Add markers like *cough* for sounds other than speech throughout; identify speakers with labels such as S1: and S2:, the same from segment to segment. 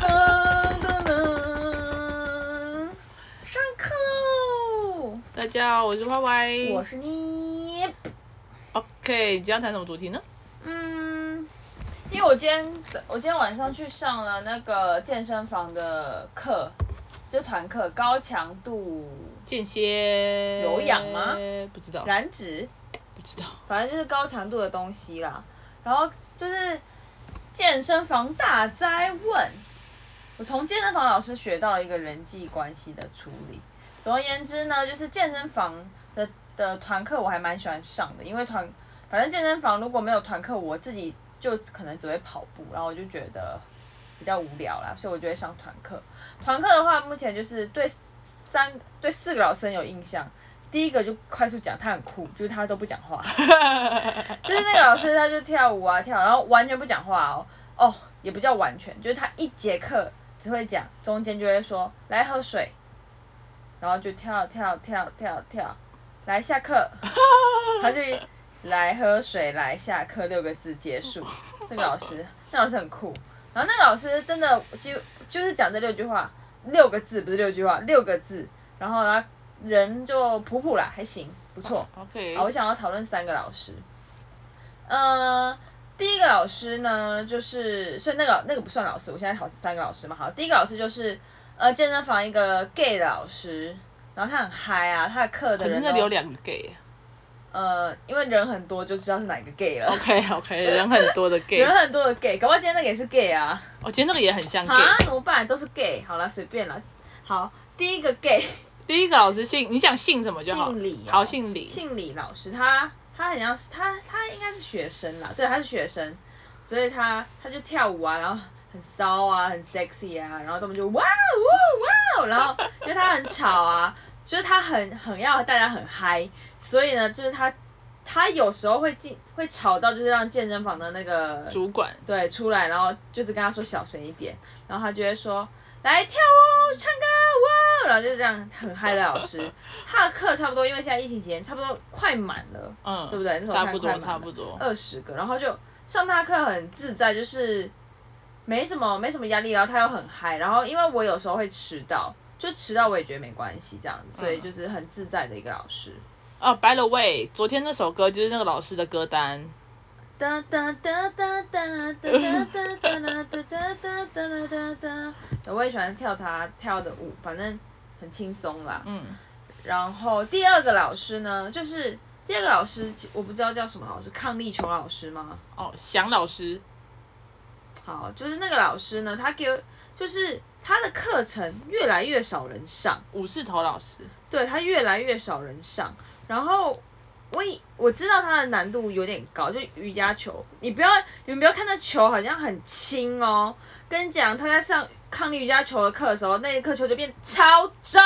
S1: *laughs* 家好，我是 Y Y。
S2: 我是你，
S1: OK，今天要谈什么主题呢？
S2: 嗯，因为我今天我今天晚上去上了那个健身房的课，就团课，高强度
S1: 间歇
S2: 有氧吗？
S1: 不知道，
S2: 燃脂，
S1: 不知道。
S2: 反正就是高强度的东西啦。然后就是健身房大灾问，我从健身房老师学到一个人际关系的处理。总而言之呢，就是健身房的的团课我还蛮喜欢上的，因为团反正健身房如果没有团课，我自己就可能只会跑步，然后我就觉得比较无聊啦，所以我就会上团课。团课的话，目前就是对三对四个老师很有印象。第一个就快速讲，他很酷，就是他都不讲话，就是那个老师他就跳舞啊跳，然后完全不讲话哦，哦也不叫完全，就是他一节课只会讲，中间就会说来喝水，然后就跳跳跳跳跳，来下课，他就来喝水来下课六个字结束。那个老师，那老师很酷，然后那个老师真的就就是讲这六句话，六个字不是六句话，六个字，然后呢人就普普啦，还行，不错。
S1: OK，
S2: 好，我想要讨论三个老师。呃，第一个老师呢，就是所以那个那个不算老师，我现在讨三个老师嘛。好，第一个老师就是呃健身房一个 gay 的老师，然后他很嗨啊，他的课的
S1: 可是
S2: 人
S1: 那
S2: 都
S1: 里有两个 gay。
S2: 呃，因为人很多就知道是哪个 gay 了。
S1: OK OK，人 *laughs* 很多的 gay
S2: 人。很多的 gay，搞不好今天那个也是 gay 啊
S1: 哦，今天那个也很像
S2: 啊
S1: gay。
S2: 怎么办？都是 gay，好了，随便了。好，第一个 gay
S1: 第一个老师姓，你想姓什么就好。
S2: 姓李哦
S1: 好，姓李。
S2: 姓李老师，他他很像是他他应该是学生啦，对，他是学生，所以他他就跳舞啊，然后很骚啊，很 sexy 啊，然后他们就哇哦哇哦，然后因为他很吵啊，就是他很很要大家很嗨，所以呢，就是他他有时候会进会吵到，就是让健身房的那个
S1: 主管。
S2: 对，出来，然后就是跟他说小声一点，然后他就会说来跳哦，唱歌哇哦，然后就这样很嗨的老师，他的课差不多，因为现在疫情期间差不多快满了，
S1: 嗯，
S2: 对不对那时候
S1: 差
S2: 看
S1: 不
S2: 快
S1: 多，
S2: 门嗯
S1: 差
S2: 了
S1: 不多。
S2: 二十个，然后就上他的课很自在，就是没什么没什么压力，然后他又很嗨，然后因为我有时候会迟到，就迟到我也觉得没关系这样子，所以
S1: 嗯
S2: 就是很自在的一个老师。
S1: 哦，by the way，昨天那首歌就是那个老师的歌单。
S2: 哒哒哒哒哒哒哒哒哒哒哒哒哒哒哒哒。 *laughs* 我也喜欢跳他跳的舞，反正很轻松啦。
S1: 嗯，
S2: 然后第二个老师呢，就是第二个老师，我不知道叫什么老师，抗力球老师吗？
S1: 哦，祥老师。
S2: 好，就是那个老师呢，他给我就是他的课程越来越少人上，
S1: 武士头老师。
S2: 对他越来越少人上。然后我以我知道它的难度有点高，就瑜伽球，你不要你们不要看那球好像很轻哦。跟你讲，他在上抗力瑜伽球的课的时候，那一颗球就变超重，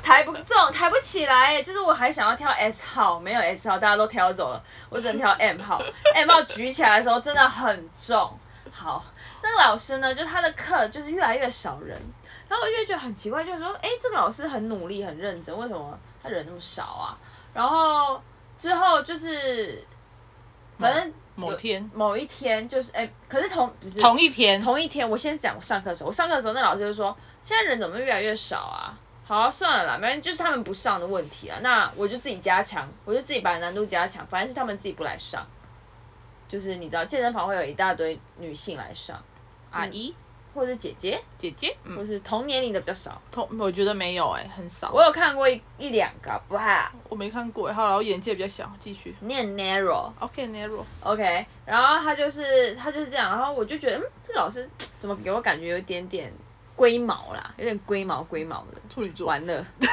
S2: 抬不重，抬不起来。就是我还想要跳 S 号，没有 S 号，大家都挑走了，我只能跳 M 号。M *laughs* 号举起来的时候真的很重。好，那个老师呢，就他的课就是越来越少人，然后我就觉得很奇怪，就是说，哎、这个老师很努力、很认真，为什么他人那么少啊？然后之后就是，反正
S1: 某天，
S2: 某一天就是，哎、可是同不是
S1: 同一天。
S2: 同一天，我先讲我上课的时候，我上课的时候那老师就说，现在人怎么越来越少啊？好啊，算了啦，反正就是他们不上的问题啊。那我就自己加强，我就自己把难度加强，反正是他们自己不来上。就是你知道，健身房会有一大堆女性来上，
S1: 阿姨，
S2: 或者姐姐，
S1: 姐姐。嗯。
S2: 或是同年龄的比较少。
S1: 同我觉得没有哎、很少。
S2: 我
S1: 我
S2: 有看过一一两个，好不好？
S1: 我没看过、欸，好，然后眼界比较小，继续。
S2: 念 narrow，
S1: OK narrow，
S2: OK，然后他就是他就是这样，然后我就觉得，嗯，这老师怎么给我感觉有一点点龟毛啦，有点龟毛龟毛的。
S1: 处女座。
S2: 完了，不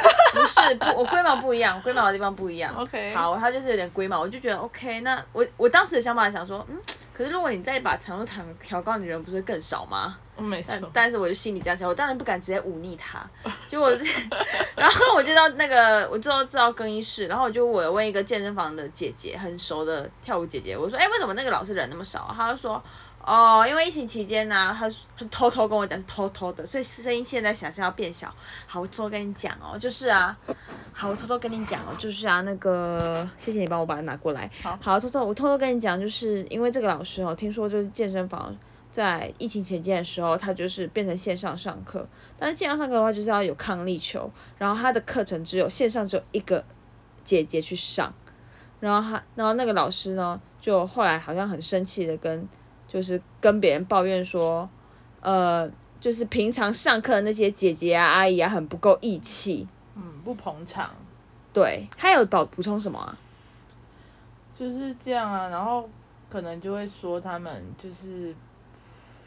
S2: 是不，我龟毛不一样，我龟毛的地方不一样。
S1: OK
S2: 好，他就是有点龟毛，我就觉得 OK 那。我我当时的想法想说，嗯，可是如果你再把长度长调高，你人不是会更少吗？
S1: 嗯，没
S2: 但
S1: 错。
S2: 但是我就心里这样想，我当然不敢直接忤逆他。结果是， *laughs* 然后我就到那个，我就知道更衣室，然后我就我问一个健身房的姐姐，很熟的跳舞姐姐，我说，哎、为什么那个老师人那么少啊、她就说，哦，因为疫情期间呢、她她偷偷跟我讲是偷偷的，所以声音现在想象要变小。好，我偷偷跟你讲哦，就是啊，好，我偷偷跟你讲哦，就是啊，那个，谢谢你帮我把它拿过来。
S1: 好
S2: 偷偷，我偷偷跟你讲，就是因为这个老师哦，听说就是健身房在疫情前期的时候，它就是变成线上上课。但是线上上课的话，就是要有抗力球，然后他的课程只有线上只有一个姐姐去上，然后他，然后那个老师呢，就后来好像很生气的跟，就是跟别人抱怨说，呃，就是平常上课的那些姐姐啊、阿姨啊，很不够义气。
S1: 嗯，不捧场
S2: 对，他有补补充什么啊？
S1: 就是这样啊。然后可能就会说他们就是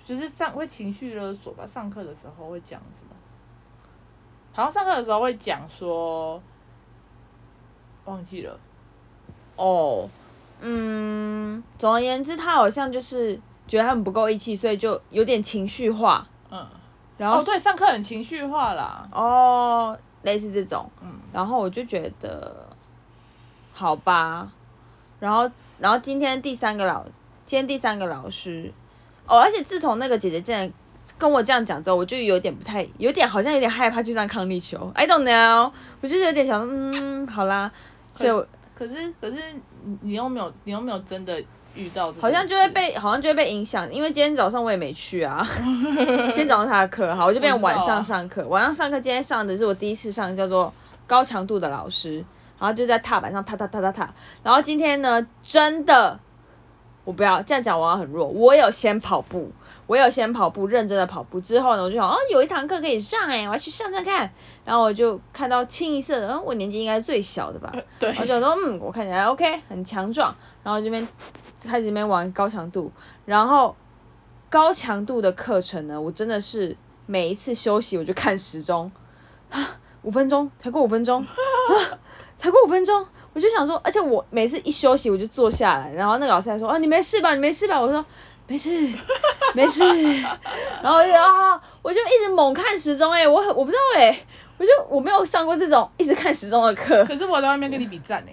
S1: 就是上会情绪勒索吧，上课的时候会讲什么？好像上课的时候会讲说，忘记了。
S2: 哦，嗯，总而言之，他好像就是觉得他们不够义气，所以就有点情绪化，
S1: 嗯，
S2: 然后
S1: 哦，对，上课很情绪化啦。
S2: 哦，类似这种，
S1: 嗯
S2: 然后我就觉得，好吧，然后然后今天第三个老，今天第三个老师，哦，而且自从那个姐姐进来跟我这样讲之后，我就有点不太，有点好像有点害怕去上康力球，I don't know，我就是有点想说，嗯，好啦，所以我
S1: 可是可是你你又没有你又没有真的遇到这件事，
S2: 好像就会被好像就会被影响，因为今天早上我也没去
S1: *laughs*
S2: 啊。今天早上他的课，好，我就变成晚上上
S1: 哦
S2: 课。晚上上课，今天上的是我第一次上叫做高强度的老师，然后就在踏板上踏踏踏踏踏。然后今天呢，真的，我不要这样讲，我好像很弱。我有先跑步，我有先跑步，认真的跑步。之后呢，我就想，哦，有一堂课可以上哎、我要去上上看。然后我就看到清一色的，嗯，我年纪应该是最小的吧。
S1: 对
S2: 然后就说，嗯，我看起来 OK，很强壮。然后这边开始这边玩高强度，然后高强度的课程呢，我真的是每一次休息我就看时钟，啊，五分钟，才过五分钟，啊，才过五分钟，我就想说，而且我每次一休息我就坐下来，然后那个老师还说，啊，你没事吧？你没事吧？我说。没事，没事，然后我就啊，我就一直猛看时钟哎、我很我不知道哎、我就我没有上过这种一直看时钟的课，
S1: *laughs* 可是我在外面跟你比欸赞呢、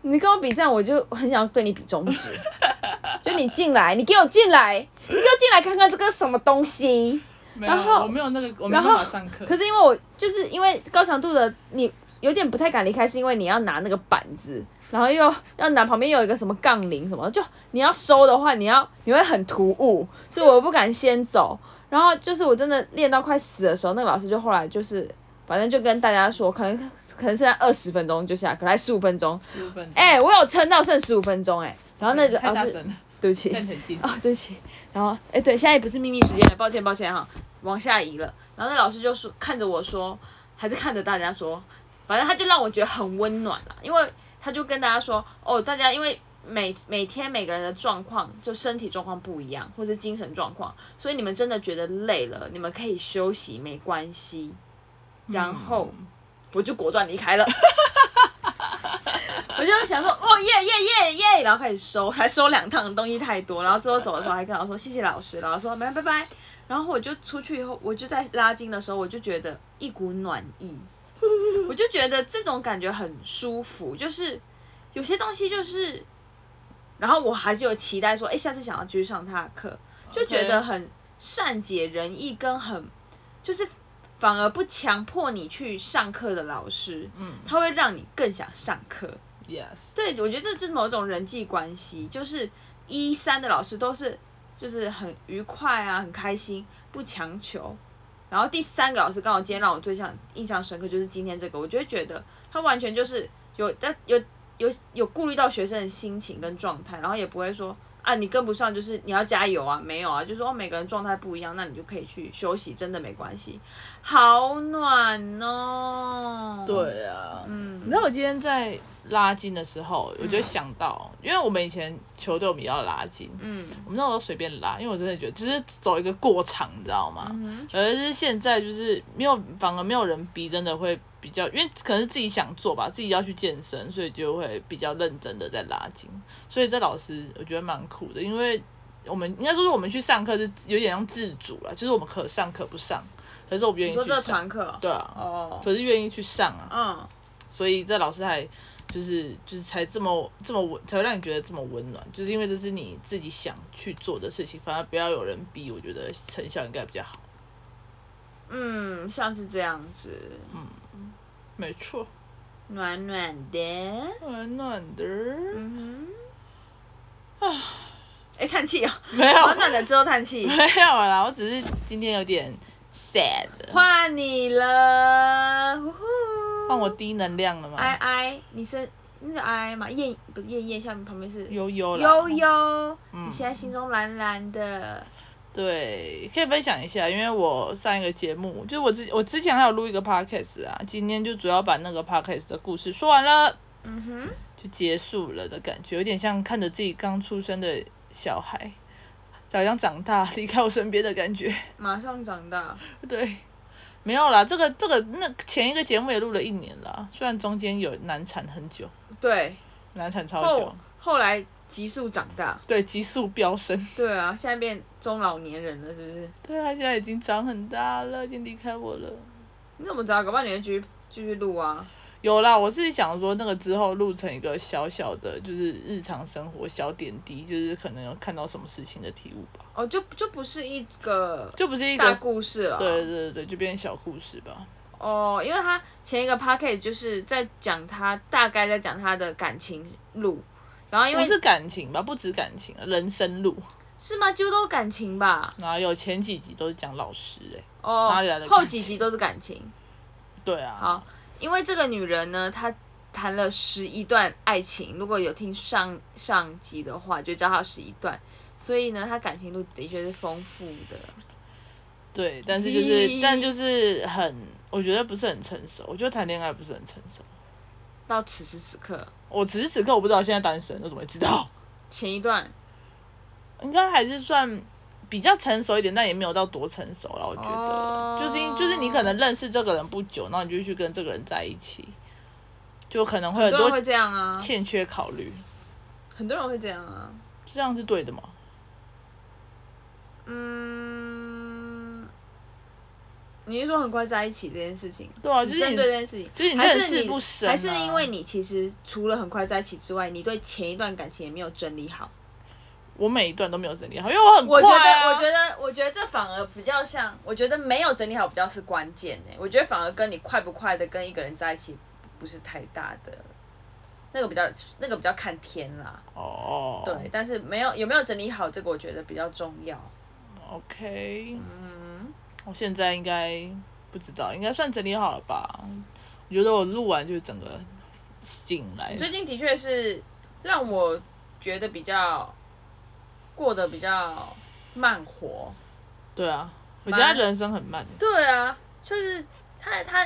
S2: 你跟我比这样，我就很想对你比中指。 *laughs* 就你进来，你给我进来，你给我进来看看这个什么东西。
S1: 没有
S2: 然后
S1: 我没有那个，我没
S2: 然
S1: 办
S2: 后
S1: 法上课
S2: 可。是因为我就是因为高强度的，你有点不太敢离开，是因为你要拿那个板子，然后又要拿旁边又有一个什么杠铃什么的，就你要收的话，你要你会很突兀，所以我不敢先走。然后就是我真的练到快死的时候，那个老师就后来就是反正就跟大家说，可能可能剩下二十分钟就下课，还十五分钟，
S1: 15分钟
S2: 哎、我有撑到剩十五分钟哎、然后那个
S1: 太
S2: 老
S1: 大
S2: 师，
S1: 声了，
S2: 对不起，
S1: 站很近。
S2: 哦，对不起。然后，哎，对，现在也不是秘密时间了，抱歉，抱歉哈，往下移了。然后那老师就说，看着我说，还是看着大家说，反正他就让我觉得很温暖了，因为他就跟大家说，哦，大家因为每每天每个人的状况，就身体状况不一样，或是精神状况，所以你们真的觉得累了，你们可以休息，没关系。然后、我就果断离开了。 *laughs* 我就想说，哦耶耶耶耶，然后开始收，还收两趟，东西太多。然后最后走的时候还跟老师说谢谢老师，老师说拜拜拜。然后我就出去以后，我就在拉筋的时候，我就觉得一股暖意，我就觉得这种感觉很舒服，就是有些东西就是，然后我还是有期待说，哎，下次想要继续上他的课，就觉得
S1: OK
S2: 很善解人意，跟很就是反而不强迫你去上课的老师，
S1: 嗯
S2: 他会让你更想上课。
S1: ，yes，
S2: 对，我觉得这就是某种人际关系，就是一三的老师都是就是很愉快啊，很开心，不强求。然后第三个老师刚好今天让我最想印象深刻，就是今天这个，我就会觉得他完全就是有但有有有顾虑到学生的心情跟状态，然后也不会说啊你跟不上就是你要加油啊，没有啊，就说、哦、每个人状态不一样，那你就可以去休息，真的没关系，好暖哦。，
S1: 对啊。
S2: 嗯
S1: 你知道我今天在拉筋的时候，我就想到，因为我们以前球队我们也要拉筋，
S2: 嗯
S1: 我们那时候随便拉，因为我真的觉得只是走一个过场，你知道吗？
S2: 嗯
S1: 而是现在就是没有，反而没有人逼，真的会比较，因为可能是自己想做吧，自己要去健身，所以就会比较认真的在拉筋。所以这老师我觉得蛮酷的，因为我们应该说是我们去上课是有点像自主了，就是我们可上可不上，可是我们愿
S2: 你
S1: 意
S2: 说
S1: 去
S2: 这个
S1: 上，
S2: 团课哦、
S1: 对啊，
S2: 哦，
S1: 可是愿意去上啊，
S2: 嗯，
S1: 所以这老师还就是就是才这么这么温，才会让你觉得这么温暖，就是因为这是你自己想去做的事情，反而不要有人逼，我觉得成效应该比较好。
S2: 嗯，像是这样子，
S1: 没错，
S2: 暖暖的。
S1: 暖暖的。
S2: 嗯哼，哎、叹
S1: *laughs*
S2: 气哦，
S1: 没有
S2: 暖暖的之后叹气。
S1: 没有啦，我只是今天有点 sad。
S2: 换你了，呼呼。
S1: 换我低能量了吗？
S2: 哀哀，你是那是哀哀吗？燕不是燕燕，下面旁边是
S1: 悠悠啦
S2: 悠悠，
S1: 嗯
S2: 你现在心中蓝蓝的，
S1: 对，可以分享一下，因为我上一个节目，就是我之我之前还有录一个 podcast 啊，今天就主要把那个 podcast 的故事说完了，
S2: 嗯哼，
S1: 就结束了的感觉，有点像看着自己刚出生的小孩，好像长大离开我身边的感觉。
S2: 马上长大，
S1: 对，没有啦，这个这个那前一个节目也录了一年啦，虽然中间有难产很久，
S2: 对，
S1: 难产超久
S2: 后，后来急速长大，
S1: 对，急速飙升。 *laughs*
S2: 对啊，现在变中老年人了，是不是？
S1: 对啊，现在已经长很大了，已经离开我了。
S2: 你怎么知道？搞不好你会继续继续录啊，
S1: 有啦，我是想说那个之后录成一个小小的，就是日常生活小点滴，就是可能有看到什么事情的体悟吧，
S2: 哦，就就不是一个
S1: 就不是一
S2: 大
S1: 个
S2: 故事啊了，
S1: 对对对对，就变小故事吧。
S2: 哦，因为他前一个 p a c k a g e 就是在讲他大概在讲他的感情路，然后因
S1: 不
S2: 为
S1: 哦是感情吧，不止感情，啊人生路。
S2: 是吗？几乎都是感情吧？
S1: 哪有前几集都是讲老师哎、
S2: 哦
S1: 哪里来的，感情
S2: 后几集都是感情。
S1: 对啊，
S2: 好，因为这个女人呢，她谈了十一段爱情，如果有听上上集的话，就知道她有十一段，所以呢，她感情路的确是丰富的。
S1: 对，但是就是、
S2: 咦
S1: 但就是很，我觉得不是很成熟，我觉得谈恋爱不是很成熟。
S2: 到此时此刻，
S1: 我此时此刻我不知道现在单身，我怎么会知道？ *laughs*
S2: 前一段
S1: 应该还是算比较成熟一点，但也没有到多成熟了。我觉得，
S2: 哦
S1: 就是因就是你可能认识这个人不久，然后你就去跟这个人在一起，就可能会
S2: 很
S1: 很
S2: 多人
S1: 多
S2: 会这样啊，
S1: 欠缺考虑，
S2: 很多人会这样啊，
S1: 这样是对的吗？
S2: 嗯。你是说很快在一起这件事情？
S1: 对啊
S2: 只
S1: 就是
S2: 针
S1: 你
S2: 对这件事情，
S1: 就是你
S2: 还
S1: 认识
S2: 你
S1: 不深啊
S2: 还是因为你其实除了很快在一起之外，你对前一段感情也没有整理好。
S1: 我每一段都没有整理好，因为我很
S2: 我
S1: 快、
S2: 觉
S1: 啊、
S2: 得，我觉得，我觉得这反而比较像，我觉得没有整理好比较是关键呢、我觉得反而跟你快不快的跟一个人在一起不是太大的，那个比较那个比较看天啦。
S1: 哦，
S2: 对，但是没有有没有整理好这个，我觉得比较重要。
S1: ，OK，
S2: 嗯，
S1: 我现在应该不知道，应该算整理好了吧？我觉得我录完就整个醒来，
S2: 最近的确是让我觉得比较过得比较慢活。
S1: 对啊，我
S2: 蛮
S1: 觉得人生很慢，
S2: 对啊，就是他他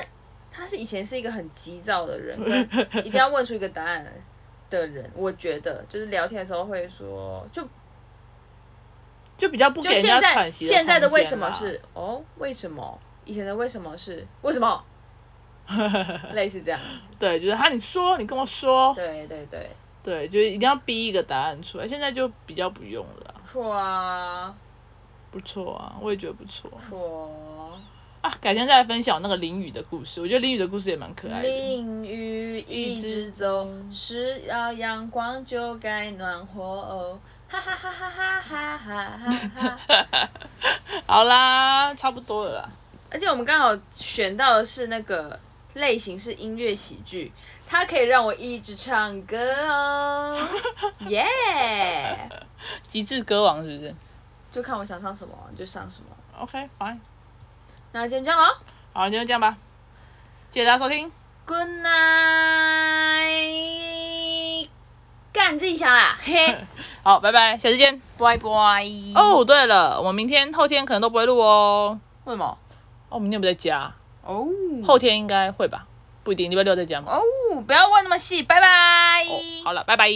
S2: 他是以前是一个很急躁的 *laughs* 人，跟一定要问出一个答案的人。我觉得就是聊天的时候会说，就
S1: 就比较不给
S2: 就
S1: 人家
S2: 现
S1: 喘
S2: 在
S1: 息
S2: 现在的
S1: 空间
S2: 为什么
S1: 啦
S2: 是哦为什么，以前的为什么是为什 *laughs* 么，类似这样。
S1: 对，就是他你说你跟我说，
S2: 对对对，
S1: 对，就是一定要逼一个答案出来。现在就比较不用了啦，
S2: 不错啊
S1: 不错啊，我也觉得不错
S2: 不错。
S1: 啊。改天再来分享那个淋雨的故事，我觉得淋雨的故事也蛮可爱的。
S2: 淋雨一直走，是要阳光就该暖和哦，哈哈哈哈哈哈哈哈哈。
S1: 好啦，差不多了啦。
S2: 而且我们刚好选到的是那个类型是音乐喜剧，它可以让我一直唱歌哦，耶、
S1: 极致歌王是不是
S2: 就看我想唱什么就唱什么。
S1: ？OK fine，
S2: 那今天这样喽
S1: 好，今天就这样吧，谢谢大家收听，
S2: ，Good night，干自己想啦，嘿，
S1: 好，拜拜，下次见。
S2: 拜拜。
S1: 哦，对了，我们明天后天可能都不会录哦。
S2: 为什么？
S1: 哦，明天不在家，
S2: 哦
S1: 后天应
S2: 哦
S1: 该会吧，不一定，礼拜六在家吗？
S2: 哦，不要问那么细，拜拜。
S1: 哦，好了，拜拜。